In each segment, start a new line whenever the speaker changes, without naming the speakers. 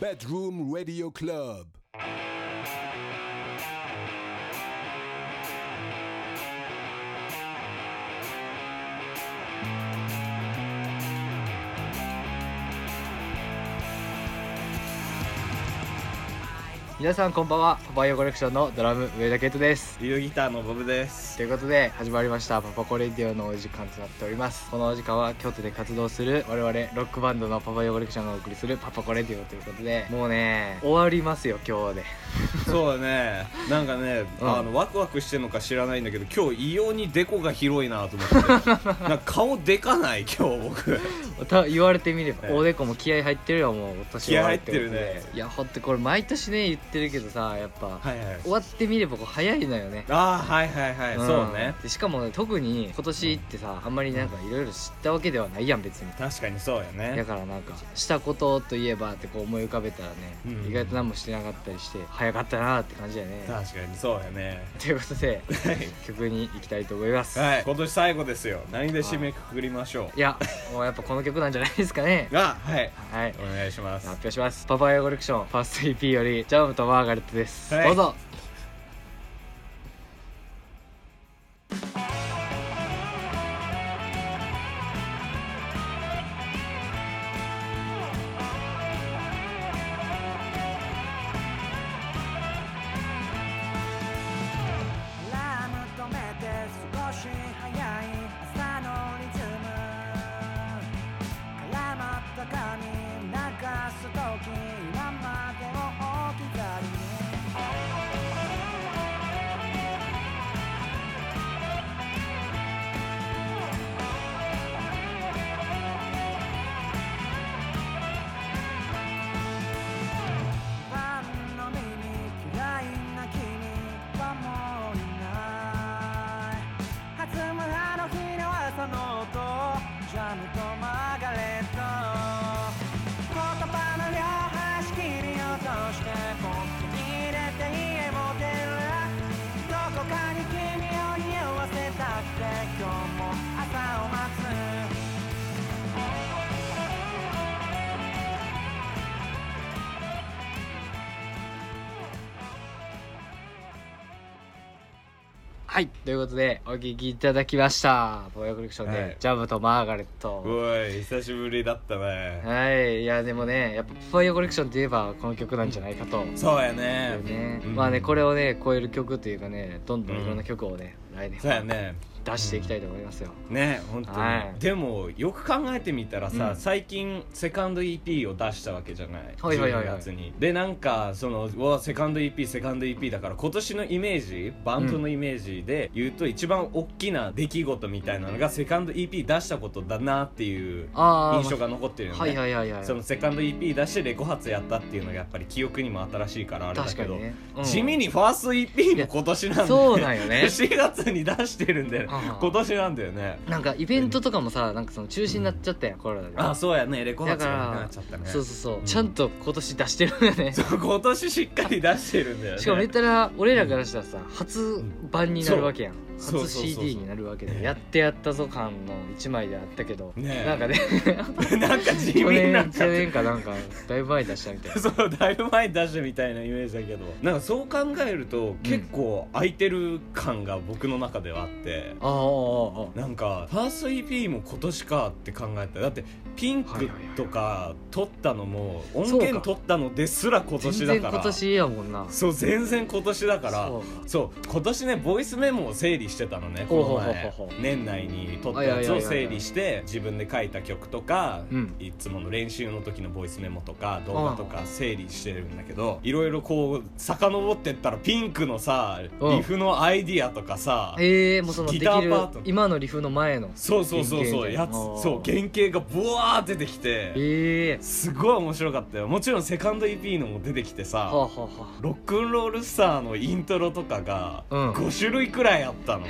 Bedroom Radio Club.
皆さんこんばんはパパイヤコレクションのドラム上田健人です
リードギターのボブです。
ということで始まりましたパパコレディオのお時間となっておりますこのお時間は京都で活動する我々ロックバンドのパパイヤコレクションがお送りするパパコレディオということでもうね終わりますよ今日で
そうだね。なんかね、
うん
あのワクワクしてるのか知らないんだけど、今日異様にデコが広いなと思 って。なんか顔でかない今日僕。
た 言われてみれば、
ね
おでこも気合入ってるよもう年終わりことで
気合入ってるね
いやほんとこれ毎年ね言ってるけどさやっぱ、
はいはい。
終わってみればこう早いのよね
ああはいはいはい、
ん
そうね。
でしかもね特に今年ってさあんまりなんかいろいろ知ったわけではないやん別に
確かにそうや
だ
ね。
からなんかしたことといえばってこう思い浮かべたらね、
うん
意外と何もしてなかったりして早かったなって感じだよね
確かにそうやね。
ということで曲に行きたいと思います、
はい。今年最後ですよ。何で締めくくりましょ
い、やもうやっぱこの曲なんじゃないですかね
う。あはい。
はい
お願いします
発。表しますパパイヤコレクションファースト EP よりジャムとマーガレットです、
はい
どうぞ
ラーム止めて少し早い朝のリズム絡まった髪流す時今までを置き去りにファンの耳嫌いな君はもういない初む葉の日の朝の音ジャムとマーガレット言葉の両端切り落としてポットに入れて家を出るどこかに君を匂わせたくて今日も朝を待つ
はいということでお聴きいただきましたパパイヤコレクションで、
はい
ジャムとマーガレット
おい久しぶりだったね。
はいいやでもねやっぱ「ファイヤーコレクション」といえばこの曲なんじゃないかと、
そうやね。
ね
うん
まあねこれをね超える曲というかねどんどんいろんな曲をね、来
そうや
年
ね。
出していきたいと思いますよ、
ね本当に、
はい
でもよく考えてみたら
う
さ、
ん
最近セカンド EP を出したわけじゃない
はいはいはいはい
12月にでなんかそのうわセカンド EP セカンド EP だから今年のイメージバンドのイメージで言うと、一番大きな出来事みたいなのがセカンド EP 出したことだなっていう
ああ
印象が残ってるよね、
はいはいはいはい
そのセカンド EP 出してレコ発やったっていうのがやっぱり記憶にも新しいからあれだ
確か
けど、
にね、うん
地味にファースト EP も今年なんだよ
そう なんよね
4月に出してるんだよ
ああ
今年なんだよね
なんかイベントとかもさなんかその中止になっちゃったやん、コロナで
あそうやねレコ
だ
発
か
が
ら
なくなっちゃったね
そうそうそう、
ん
ちゃんと今年出してるよね
そう今年しっかり出してるんだよね
しかも言ったら俺らからしたらさ初版になるわけやん
そう
初
そうそうそう
CD になるわけで
ね
やってやったぞ感の一枚であったけど、
ねえ
なん かね
なんか地味
去
に
年
なっち
去
ゃって
年かなんかだいぶ前に出したみたいな
そうだいぶ前に出したみたいなイメージだけどなんかそう考えると結構空いてる感が僕の中で はあって、
ああああああ
なんかファースト EP も今年かって考えたらだってピン
はいはい
ク
はい
とか撮ったのも音
そうか
源撮ったのですら今年
全
だ
然
から
今年やもんな
そう全然今年だから
そう
そう今年ねボイスメモを整理してたのねこの前
ほうほうほうほ
年内に撮ったやつ
あいやいやいやい
を
や
整理して自分で書いた曲とか、
うん
いつもの練習の時のボイスメモとか動画とか整理してるんだけどいろいろこう遡ってったらピンクのさ
うん
リフのアイディアとかさ、
ええもうそので
ギ
き
ター
る
パート
今のリフの前の
そうそうそうそう
原
や
型みたい
つ
なあー
そう原型がブワーって出てきて
ええ
すごい面白かったよもちろんセカンド EP のも出てきてさ
はあはあは
ロックンロールスターのイントロとかが
うん
5種類くらいあっ たの、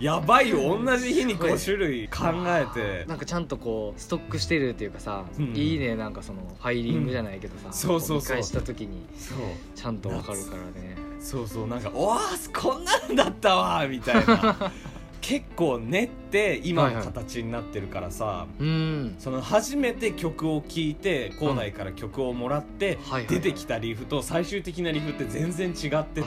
やばいよ同じ日に
すごいね
5種類考えて
あなんかちゃんとこうストックしてるっていうかさ、
うん
いいねなんかそのファイリングじゃないけどさ、
そうそうそ
こ見
う
返した時に
そう
ちゃんとわかるからね
そうそうなんか「おーこんなんだったわ」みたいな結構練って今
はいは
の
い
形になってるからさ、
うん
その初めて曲を聴いて校内から曲をもらって
はいはいはい
出てきたリフと最終的なリフって全然違ってて
あーじゃ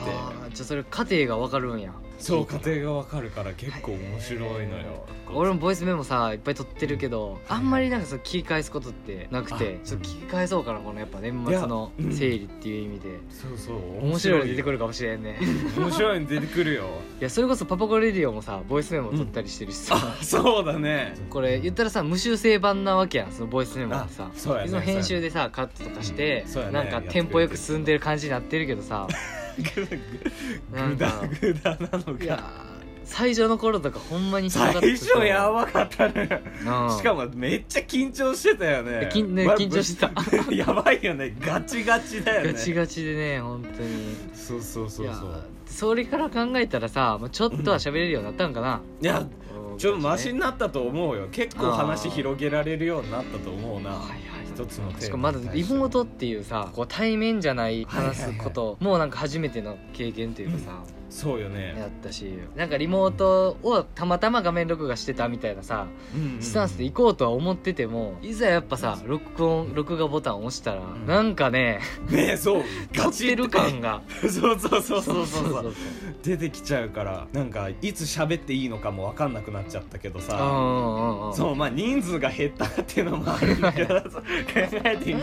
あそれ過程が分かるんや
そう家庭がわかるから結構面白いのよ
俺もボイスメモさいっぱい撮ってるけど、
うん
あんまりなんかその聞き返すことってなくて
あ
ちょっと聞き返そうかなこのやっぱ年末の
いやうん
整理っていう意味で、
そうそう
面白いの出てく
る
るかもしれんね
面白いの出てく るよ
いやそれこそパパコレディオもさボイスメモ撮ったりしてるしさ、
あそうだね
これ言ったらさ無修正版なわけやんそのボイスメモってさ
あそうやね
いつも編集でさカットとかして、
うんそうやね
なんかテンポよく進んでる感じになってるけどさ
グ
な
グ
ん
ダ
か
グダなの
い
か
や最初の頃とかほんまにひどか
最
った
初やばかったね
うん
しかもめっちゃ緊張してたよね
えきんね
わ
緊張してた
やばいよねガチガチだよね
ガチガチでね本当に
そうそうそうそ
いうやそれから考えたらさもうちょっとは喋れるようになったんかない
やちょっとマシ
ね
になったと思うよ結構話広げられるようになったと思うな
はいはい
一つのテーマ
しかもまだリモートっていうさこう対面じゃない話すこと、もうなんか初めての経験というかさ、
そうよね
やったしなんかリモートをたまたま画面録画してたみたいなさ、スタンスで
い
行こうとは思っててもいざやっぱさ録音録画ボタンを押したら、
ん
なんかね
ねえそう
撮ってる感が
そうそうそうそうそう
そう
出てきちゃうからなんかいつ喋っていいのかも分かんなくなっちゃったけど
う
さ
んうんうん
そうまあ人数が減ったっていうのもあるんだけど考えてみ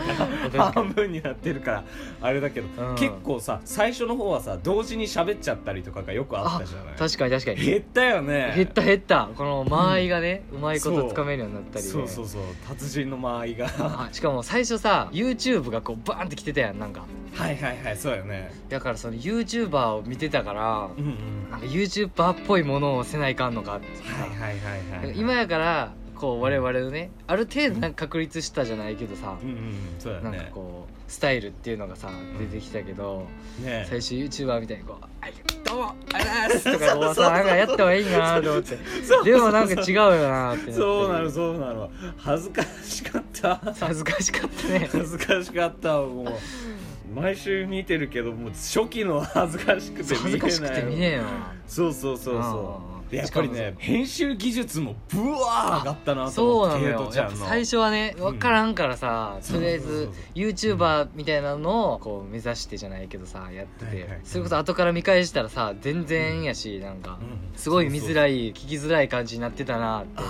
たら半分になってるからあれだけど
うん
結構さ最初の方はさ同時に喋っちゃったりとかがよくあったじゃない
確かに確かに
減ったよね
減った減ったこの間合いがね、うまいことつかめるようになったりね
そうそうそう達人の間合いが
あ
は
しかも最初さ YouTube がこうバーンって来てたやんなんか
いはいはいそうよね
だからその YouTuber を見てたから、
うんうん
なんか YouTuber っぽいものをせないかんのかっていうさ
はいはいはいはい
今やからこう我々のねある程度なんか確立したじゃないけどさ
う、んうんそうだ
なんか
ね
こうスタイルっていうのがさ出てきたけど、
ね
最初 YouTuber みたいにこう「あいどうもあらーす」とかこうさなんかやった方がいいなと思って
そう
でもなんか違うよなーってなって
そうなのそうなの恥ずかしかった
恥ずかしかったね
恥ずかしかったもう毎週見てるけどもう初期の恥ずかしくて
恥
見
ずか
れ
しく
な
て
い
見ねえよ
そうそうそう
あ
そう
あ
でやっぱり
しか
ね
も
編集技術もブワー上がったなと
そう
思
な
っ
の
て
よ
トち
や
ゃ
っ
ん
ぱ
の
最初はね分からんからさ、
うん
とりあえ
そうそう
ず
そう
YouTuber みたいなのをこう目指してじゃないけどさやってて、
はいはい
それこそ後から見返したらさ全然やし、なんか
うん
すごい見づらい
い
聞きづらい感じになってたなって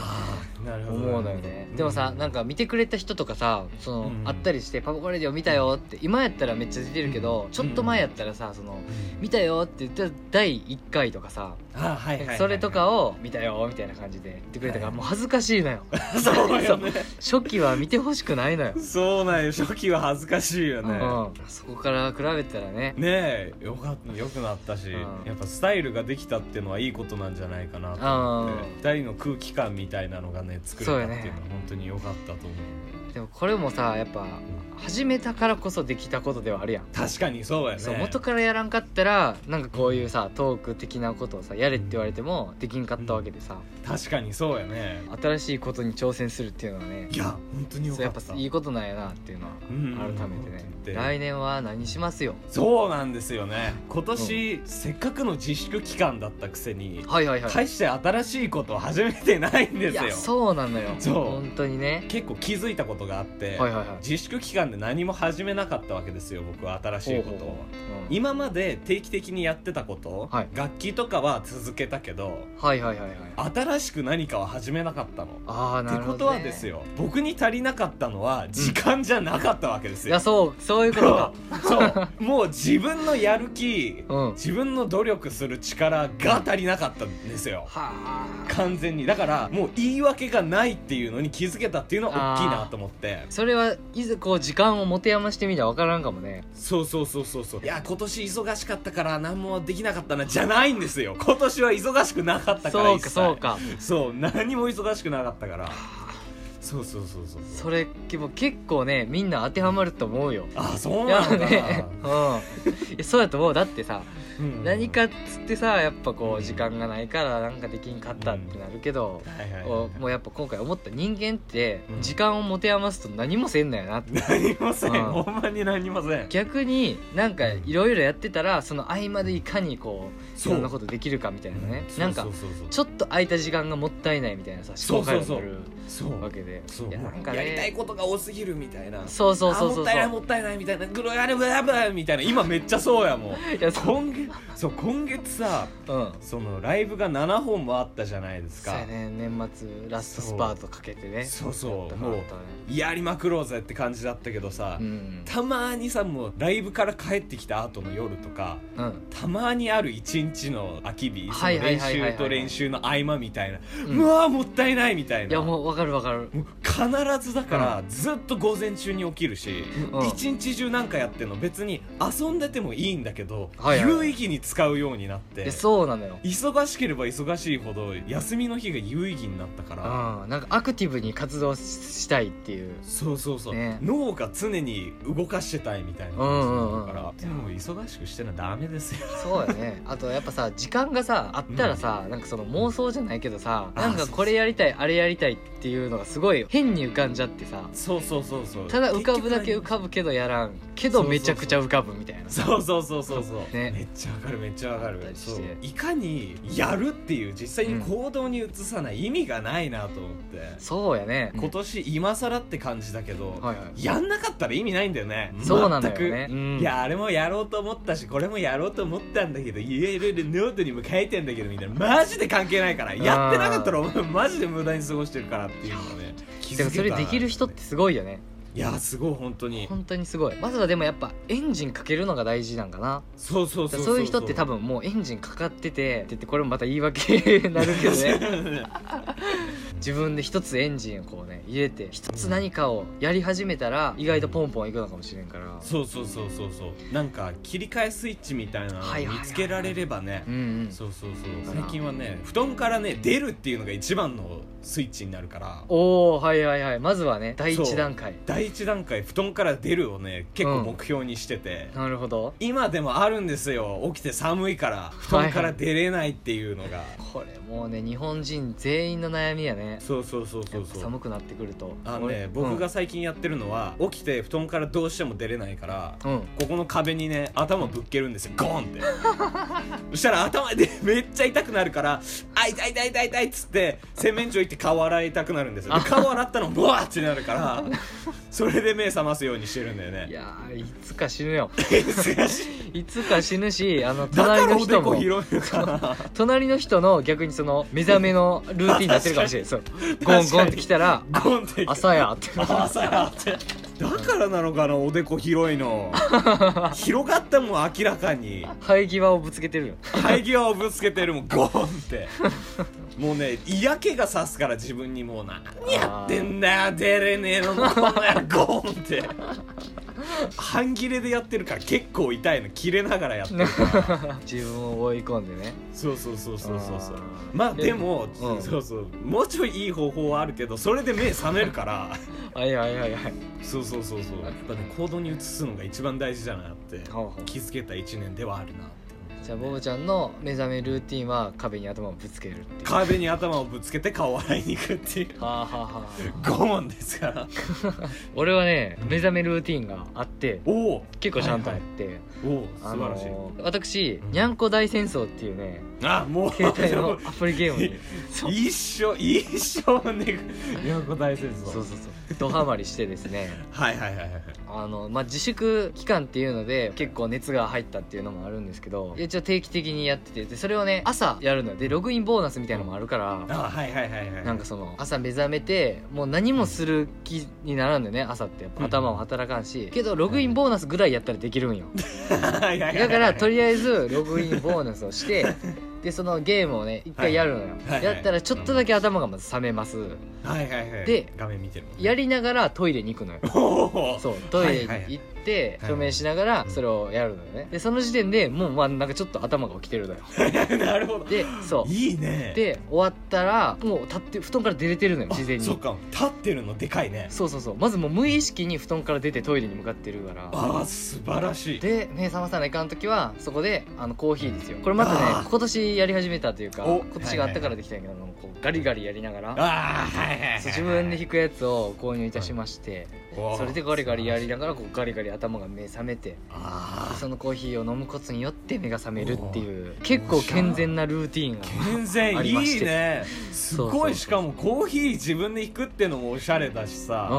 なるほど
思うのよね、でもさなんか見てくれた人とかさその、
うん
あったりして「パパコレディオ見たよ」って今やったらめっちゃ出てるけど、
うん
ちょっと前やったらさその
うん
見たよって言った第1回とかさ、
あはいはいはいはい
それとかを見たよみたいな感じで言ってくれたから、
はい
もう恥ずかしいのよ
そうよね
初期は見てほしくないのよ、
そうなんよ初期は恥ずかしいよ
う
ね
ん、そこから比べたらね
ねえよかったよくなった
う
し、
ん
やっぱスタイルができたっていうのはいいことなんじゃないかなと思って、
うん
二人の空気感みたいなのがね作
そう
れ
よ
た
ね
っていうのは本当に良かったと思う
でもこれもさやっぱ始めたからこそできたことではあるやん、
確かにそうやね
そう元からやらんかったらなんかこういうさトーク的なことをさやれって言われてもできんかったわけでさ
確かにそうやね
新しいことに挑戦するっていうのはね
いや本当に良
そう
か
や
っ
っぱ
た
いいことなんやなっていうのは
うん
改めてね
うん
来年は何しますよ
そうなんですよね今年、せっかくの自粛期間だったくせに
はいはいはい
大して新しいことを始めてないんで
い
すよ
やそうなのよ
そう
本当にね
結構気づいたことがあって、
はいはいはい
自粛期間で何も始めなかったわけですよ僕は新しいことを。
ほうほううん
今まで定期的にやってたこと、
はい
楽器とかは続けたけど
はいはいはいはい
新しく何かは始めなかったの。
ああ
っ
な
て
るほど、ね、
ことはですよ僕に足りなかったのは時間じゃなかったわけです
い
よ。
やそうそういうことか
そうそうもう自分のやる気
うんは
自分の努力する力が足りなかったんですよ。
あ
完全にだからもう言い訳がないっていうのに気づけたっていうのは大きいなと思って
それはいずこう時間を持て余してみたら分からんかもね
そうそうそうそうそういや今年忙しかったから何もできなかったなじゃないんですよ今年は忙しくなかったから
そう
一
か
切
そうか
そう何も忙しくなかったからそうそうそうそう
それでも結構ねみんな当てはまると思うよ
あそうなのかな、
いやねうんいやそうやと思うだってさ
うん
何かっつってさやっぱこ
うん
う時間がないからなんかできんかったってなるけど、
はいはい
お
はい
もうやっぱ今回思った人間って
うん
時間を持て余すと何もせんのやなって
何もせん
うん
ほんまに何もせん
逆になんかいろいろやってたらその合間でいかにこういろんなことできるかみたいなね
そう
なんか
そうそうそう
ちょっと空いた時間がもったいないみたいなさ
そ
思
う
考
そ
回
う
路
そう
になる
そ
わ
う
けで
そう
やなんか
やりたい
ね
ことが多すぎるみたいな
そうそうそうそ
あも
う
っ
そう
たいないもったいないみたいなグロやるブラブラみたいな今めっちゃそうやもん
いやそう
今 月そう今月さ
うん
そのライブが7本もあったじゃないです
そ
か
うやね年末ラストスパートかけてね
そう
やっ
そ
た
う
から
も
やったね
うやりまくろうぜって感じだったけどさ、
うん
たまにさもうライブから帰ってきた後の夜とか
うん
たまにある一日の空き日そ
はい
の
はい
練
はいはいはい
習と練習の合間みたいな、う
うん
わーもったいないみたいない
やもうわかるわかる
もう必ずだから、ずっと午前中に起きるし
うん
一、日中なんかやってんの別に遊んでてもいいんだけど、
はいはいはい
有意義に使うようになっ
い
て
やそうなのよ
忙しければ忙しいほど休みの日が有意義になったから、
うんなんかアクティブに活動ししたいっていう
そうそうそう、
ね
脳が常に動かしてたいみたいな
うんうんうん
だから、でも忙しくしてなダメですよ
そうやねあとやっぱさ時間がさあったらさ、なんかその妄想じゃないけどさ
あ
なん
そう
か
そう
これやりたいあれやりたいっていうのがすごい変に浮かんじゃってさ
そうそうそうそう
ただ浮かぶだけ浮かぶけどやらんけど
そうそうそう
めちゃくちゃ浮かぶみたいな
そうそうそうそうそう、
ね
めっちゃわかるめっちゃわかる
あったりして
そういかにやるっていう実際に行動に移さない意味がないなと思って、
そうやね
今年今更って感じだけど、
はいはい
やんなかったら意味ないんだよね
そうなんだよね
全く
うん
いやあれもやろうと思ったしこれもやろうと思ったんだけどいやいろいろノートにも書いてんだけどみたいなマジで関係ないからやってなかったらお前マジで無駄に過ごしてるからっていうのをね気づ
で
けた
もそれできる人ってすごいよね
いやすごい本当に
本当にすごいまずはでもやっぱエンジンかけるのが大事なんかな
そうそうそう
そういう人って多分もうエンジンかかっててって言ってこれもまた言い訳 になるけどね
ね
自分で一つエンジンをこうね入れて一つ何かをやり始めたら意外とポンポンいくのかもしれんから
そうそうそうそうそうなんか切り替えスイッチみたいなのを
はいはいはい
見つけられればね、
うんうん
そうそう
だ
そう
から
最近はね布団からね出るっていうのが一番のスイッチになるから
おおはいはいはいまずはね第
そ
一
う
段階
第一段階布団から出るをね結構目標にしてて、
なるほど
今でもあるんですよ起きて寒いから布団から出れないっていうのが、
これもうね日本人全員の悩みやね
そうそうそうそ
やっ
う
ぱ
そう
寒くなってくると
あの
俺
ね僕が最近やってるのは、起きて布団からどうしても出れないから
うん、うん
ここの壁にね頭ぶっけるんですよゴーンって そしたら頭でめっちゃ痛くなるから「あ痛い痛い痛い痛い」っつって洗面所行って顔洗いたくなるんですよで顔洗ったのブワーってなるからそれで目覚ますようにしてるんだよ
い
ね
やーいつか死ぬ よ
難しい
いつか死ぬしあの
だか
隣
ら
の
おで
人
こ
も
広いのかな
隣の人の逆にその目覚めのルーティンになってるかもしれないそうゴンゴンってきたら
ゴンって
朝やって
朝やってだからなのかなおでこ広い の広がったもん明らかに
生え際をぶつけて るよ
会議をぶつけてるもんゴーンってもうね嫌気がさすから自分にもう何やってんだよ出れねえのもうゴーンって半切れでやってるから結構痛いの切れながらやってるから
自分を追い込んでね
そうそうそうそうそうそう
あー
まあでも、
うん
そうそうもうちょいいい方法はあるけどそれで目覚めるから
はいはいはいはい
そうそうそうそうやっぱね行動に移すのが一番大事だなって
ほうほう
気づけた一年ではあるなって
じゃあボボちゃんの目覚めルーティンは壁に頭をぶつけるっていうは
壁に頭をぶつけて顔を洗いに行くっていう
あはあはあ
5問ですから
俺はね目覚めルーティンがあって
おお
結構ちゃんとあって、
おお素
あ
晴らしい、
のー私
うん
にゃんこ大戦争っていう ね
あもう
携帯のアプリゲームにそう
一生一生ね両子大戦争
そうそうそうドハマりしてですね
はいはいはいはい
あの、まあ、自粛期間っていうので結構熱が入ったっていうのもあるんですけど一応定期的にやっててでそれをね朝やるのよでログインボーナスみたいなのもあるから
あはいはいはいはい
なんかその朝目覚めてもう何もする気にならんのよね朝ってやっぱ頭も働かんしけどログインボーナスぐらいやったらできるんよ
はいはいはい
だからとりあえずログインボーナスをしてでそのゲームをね一回やるのよ
はいはい
やったらちょっとだけ頭がまず冷めます
はいはいはい
で
画面見てるもんね
やりながらトイレに行くのよ
おー
そうトイレに
はいはい
行って
はい
署名しながらそれをやるのよねでその時点でもうまあなんかちょっと頭が起きてるのよ
なるほど
でそう
いいね
で終わったらもう立って布団から出れてるのよ
あ
事前に
そっか立ってるのでかいね
そうそうそうまずもう無意識に布団から出てトイレに向かってるから
ああ素晴らしい
で目覚まさないかん時はそこであのコーヒーですよこれまた
あ
ね
ー
今年やり始めたというか
お
今年があったからできたんやけど、こうガリガリやりながら
ああはいはいはい
そう自分で弾くやつを購入いたしまして
おー
それでガリガリやりながらこうガリガリ頭が目覚めて
あ
そのコーヒーを飲むことによって目が覚めるっていう結構健全なルーティーンが
あ全
あ
然
りま
い
し
い
て
ねす
そうそう
ご
そう
いしかもコーヒー自分で引くってのもおしゃれだしさ、
う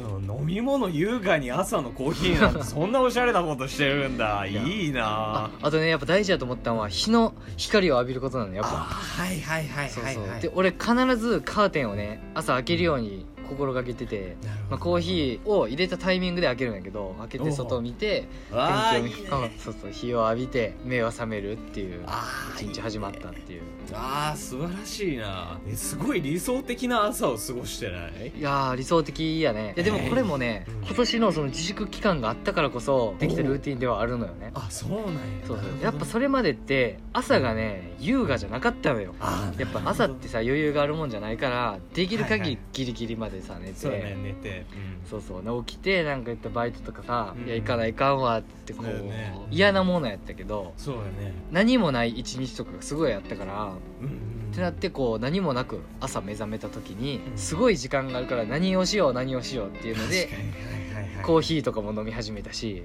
うん飲み物優雅に朝のコーヒ ーなんてそんなおしゃれなことしてるん
や
だいいな
ああとねやっぱ大事だと思ったのは日の光を浴びることなのやっぱ
はいはいはい
そうそう、で俺必ずカーテンをね朝開けるように心がけてて、
なるほど
まあ、コーヒーを入れたタイミングで開けるんだけど開け
お
て
う
外を見て
ああ
天
いい
気を
ね
見うん そうそう日を浴びて目は覚めるっていう
ああ
一日始まったっていう
ああ素晴らしいなえすごい理想的な朝を過ごしてない
いやー理想的やねいやでもこれもね、
えーうん
今年のその自粛期間があったからこそできたルーティンではあるのよね
あそうなんや
そうそう
なるほど
やっぱそれまでって朝がね優雅じゃなかったのよ
あー
やっぱ
なるほ
朝
ど
ってさ余裕があるもんじゃないからできる
はいは
限
い
りギリギリまでさ寝て、
そうだね寝て、うん
そうそうね起きてなんか言ったバイトとかさ「
うん
いや行かないかんわ」ってこう、
そうだよね
嫌なものやったけど
そうだね
何もない一日とかがすごいあったから、
うんうん
ってなってこう何もなく朝目覚めた時に、
うん
すごい時間があるから何をしよう何をしようっていうので
確かにはいはいはい
コーヒーとかも飲み始めたし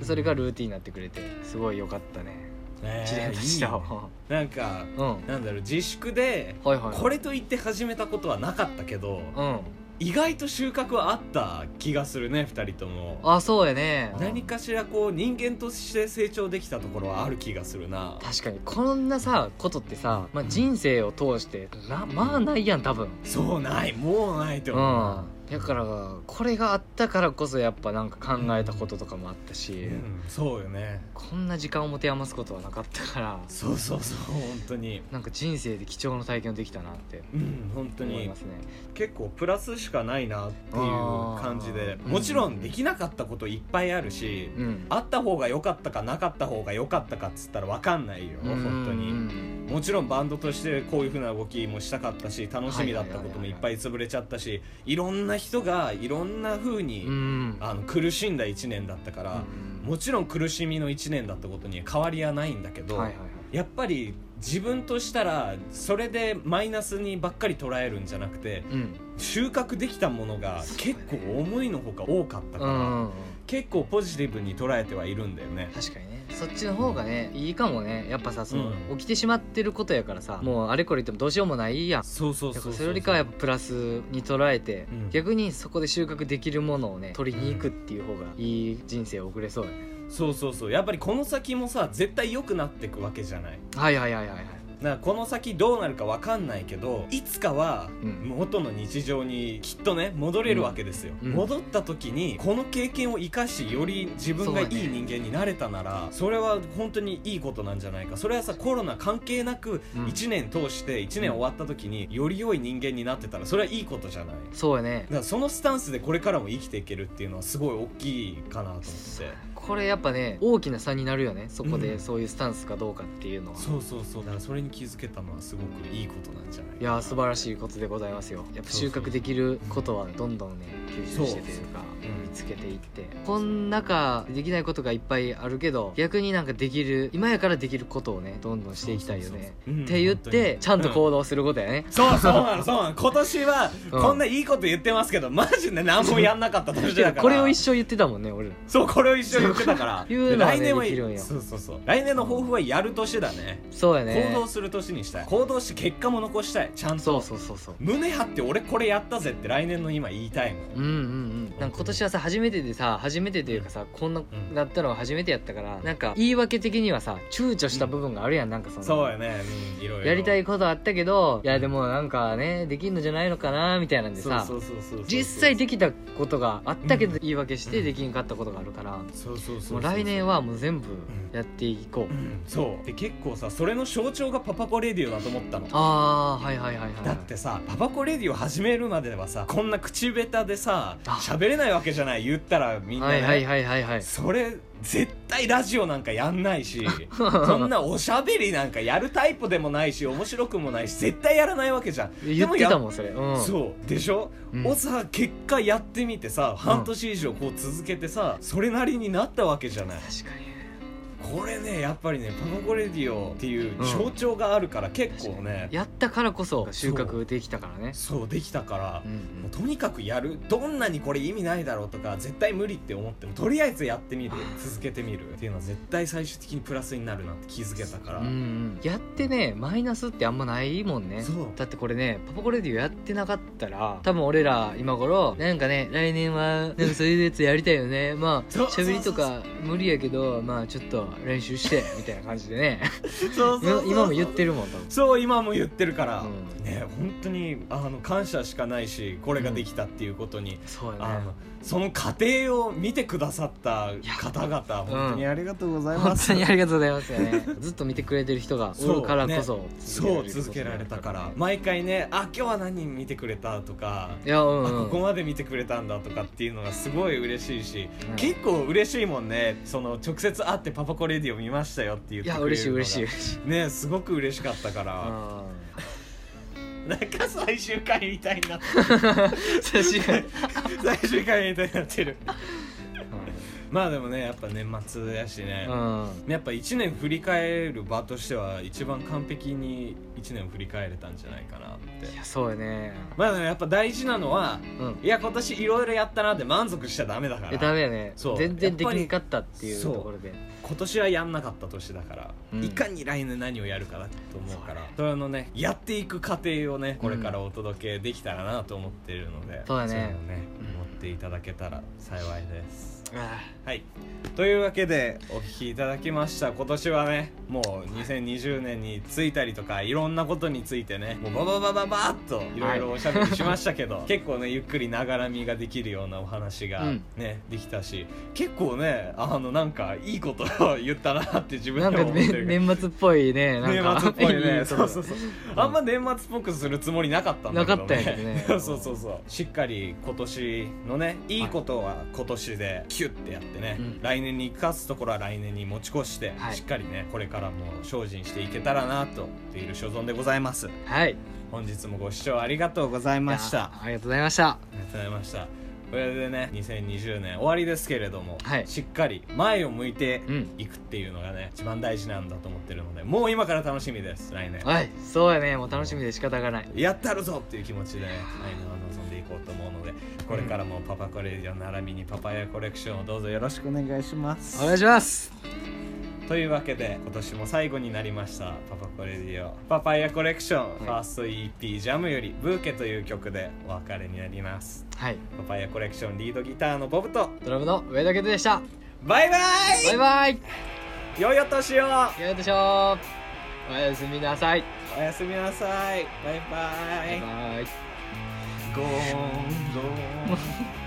うん
それがルーティンになってくれてすごい良かったね
ね
一連としては
なんか
うんは
なんだろう自粛で
いはい
これと言って始めたことはなかったけど
うん
意外と収穫はあった気がするね二人とも
あそうやね
何かしらこう人間として成長できたところはある気がするな
確かにこんなさことってさ、まあ、人生を通してなまあないやん多分
そうないもうないと
う
思
んだからこれがあったからこそやっぱなんか考えたこととかもあったし、
う、うん、そうよね
こんな時間を持て余すことはなかったから
そうそうそう本当に
なんか人生で貴重な体験できたなって
うん本当
思い
に
ますね
結構プラスしかないなっていう感じで
あー
もちろんできなかったこといっぱいあるし、
うん
あった方が良かったかなかった方が良かったかっつったら分かんないよ、本当
うん
にもちろんバンドとしてこういう風な動きもしたかったし楽しみだったこともいっぱい潰れちゃったしいろんな人がいろんな風に、
うんうん
あの苦しんだ1年だったから、もちろん苦しみの1年だったことには変わりはないんだけど、
はいはいはい
やっぱり自分としたらそれでマイナスにばっかり捉えるんじゃなくて
うん
収穫できたものが結構思いのほか多かったか
う
ら、
ん
結構ポジティブに捉えてはいるんだよね
確かにねそっちの方がねいいかもねやっぱさその、
う
起きてしまってることやからさもうあれこれ言ってもどうしようもないやん
そうそう
だか
そう
らそれよりかはやっぱプラスに捉えて、
うん
逆にそこで収穫できるものをね取りに行くっていう方がいい人生を送れそうやね、
そうそうそうやっぱりこの先もさ絶対良くなってくわけじゃない
はいはいはいはいはい
だからこの先どうなるかわかんないけどいつかは
うん
元の日常にきっとね戻れるわけですよ、
うん
戻った時にこの経験を生かしより自分がいい人間になれたならそ,、れは本当にいいことなんじゃないかそれはさコロナ関係なく
うん
1年通して1年終わった時により良い人間になってたらそれはいいことじゃない
そうやね
だからそのスタンスでこれからも生きていけるっていうのはすごい大きいかなと思って
これやっぱね大きな差になるよねそこ
う
で
ん
そういうスタンスかどうかっていうのは、
そうそうそうだからそれに気づけたのはすごくいいことなんじゃない
いやー素晴らしいことでございますよやっぱ収穫できることはどんどんね吸収してというか
うん
見つけていってこん中できないことがいっぱいあるけど逆になんかできる今やからできることをねどんどんしていきたいよね
そうそうそううん
って言っ
本当
て
に
ちゃんと行動することやね、
そうそうなのそうなの今年は
うん
こんないいこと言ってますけど、マジで何もやんなかった年だから
これを一生言ってたもんね俺ら
そうこれを一 緒に言ってたから
そういうのはね
で来年は
できるんよ
そうそうそう来年の抱負はやる年だね
そうやね
行動する年にしたい行動して結果も残したいちゃんと
そうそうそうそう
胸張って俺これやったぜって来年の今言いたいもん
うんうんうんなんか今年はさ初めてでさ初めてというかさこんななったのは初めてやったからなんか言い訳的にはさ躊躇した部分があるやんなんかその
そうよね、うん、いろいろ
やりたい
こ
ことあったけどいやでもなんかねできんのじゃないのかなみたいなんでさ
そうそうそうそうそう
実際できたことがあったけど言い訳してできんかったことがあるから、
そうそうそうそう
もう来年はもう全部やっていこう、
うんそうで結構さそれの象徴がパパコレディオだと思ったの
ああはいはいはいはい
だってさパパコレディオ始めるまではさこんな口下手でさ
あ
喋れないわけじゃない言ったらみんな、
は
ね
いはいはいはいはい
それ絶対ラジオなんかやんない しそんなおしゃべりなんかやるタイプでもないし面白くもないし絶対やらないわけじゃん
言ってたもんそれうん
そうでしょ、
うん
をさ結果やってみてさ半年以上こう続けてさ、それなりになったわけじゃない
確かに
これねやっぱりねパパコレディオっていう象徴があるから結構ね、
やったからこそ収穫できたからね
そうできたから、
うんう
もうんとにかくやるどんなにこれ意味ないだろうとか絶対無理って思ってもとりあえずやってみる続けてみるっていうのは絶対最終的にプラスになるなって気づけたから、
うんうん、やってねマイナスってあんまないもんね
そう
だってこれねパパコレディオやってなかったら多分俺ら今頃なんかね来年はなんかそういうやつやりたいよ ねまあ
そう
喋りとか無理やけどまあちょっと練習してみたいな感じでね
そう そうそうそう
今も言ってるもん多分
そう今も言ってるから、
う
ね本当にあの感謝しかないしこれができたっていうことに、
そうや
あ
ね
のその過程を見てくださった方々本当にありがとうござ い
本
ます、
当にありがとうございますよ ねずっと見てくれてる人がおるからこそ、
そう続けられたから毎回ねあ今日は何人見てくれたとか
いやうん、
あここ
うん、
まで見てくれたんだとかっていうのがすごい嬉しいし、
うん
結構嬉しいもんねその直接会って「パパコレディを見ましたよ」って言っ
い
てくれ
や
る
嬉しい
のが
嬉しい嬉しい
ねすごく嬉しかったか
う
ら、
ん
なんか最終回みたいになって
確かに
最終回みたいになってるまあでもねやっぱ年末やしね、
うん、
やっぱ1年振り返る場としては一番完璧に1年を振り返れたんじゃないかなって
いやそうやね
まあでもやっぱ大事なのは
うん
いや今年いろいろやったなって満足しちゃダメだか
え
ら
ダメやね
そう
全然できなかったっていう
やっぱ
と
り
ころで
今年はやんなかった年だから、
うん
いかに来年何をやるかだと思うから
そうね
それのねやっていく過程をねこれからお届けできたらなと思ってるので、
そうだね
いのをね
うん
思っていただけたら幸いです、
あ
はいというわけでお聞きいただきました今年はねもう2020年についたりとかいろんなことについてねもうバババババーっといろいろおしゃべりしましたけど、 結構ねゆっくりながらみができるようなお話が
うん
ね、できたし結構ねあのなんかいいことを言ったなって自
ー
分
なん
で
か
も思って
ね
るけど。
年末っぽいねなんか
年末っぽいね
とこ
そうそうそうあんま年末っぽくするつもりなかったんだけどね
なかったよね
そうそうそうそうしっかり今年のねいいことは今年でキュッてやってね、
うん
来年に生かすところは来年に持ち越して、
はい
しっかりねこれからも精進していけたらなと思っている所存でございます
はい
本日もご視聴ありがとうございました
ありがとうございました
ありがとうございましたこれでね2020年終わりですけれども、
はい
しっかり前を向いて
うん
いくっていうのがね一番大事なんだと思ってるのでもう今から楽しみです来年
はいそうやねもう楽しみで仕方がない
やったるぞっていう気持ちでね来年は臨んでいこうと思うのでこれからもパパコレディオ並びにパパイヤコレクションをどうぞよろしくお願いします
お願いします
というわけで今年も最後になりましたパパコレディオパパイヤコレクション、ファースト EP ジャムよりブーケという曲でお別れになります
はい
パパイヤコレクションリードギターのボブと
ドラムの上田健人でした
バイバイ
バイバイ
良いお年を
よいしょおやすみなさい
おやすみなさいバイバ
バイ
イ
バイ
ゴーンゴーン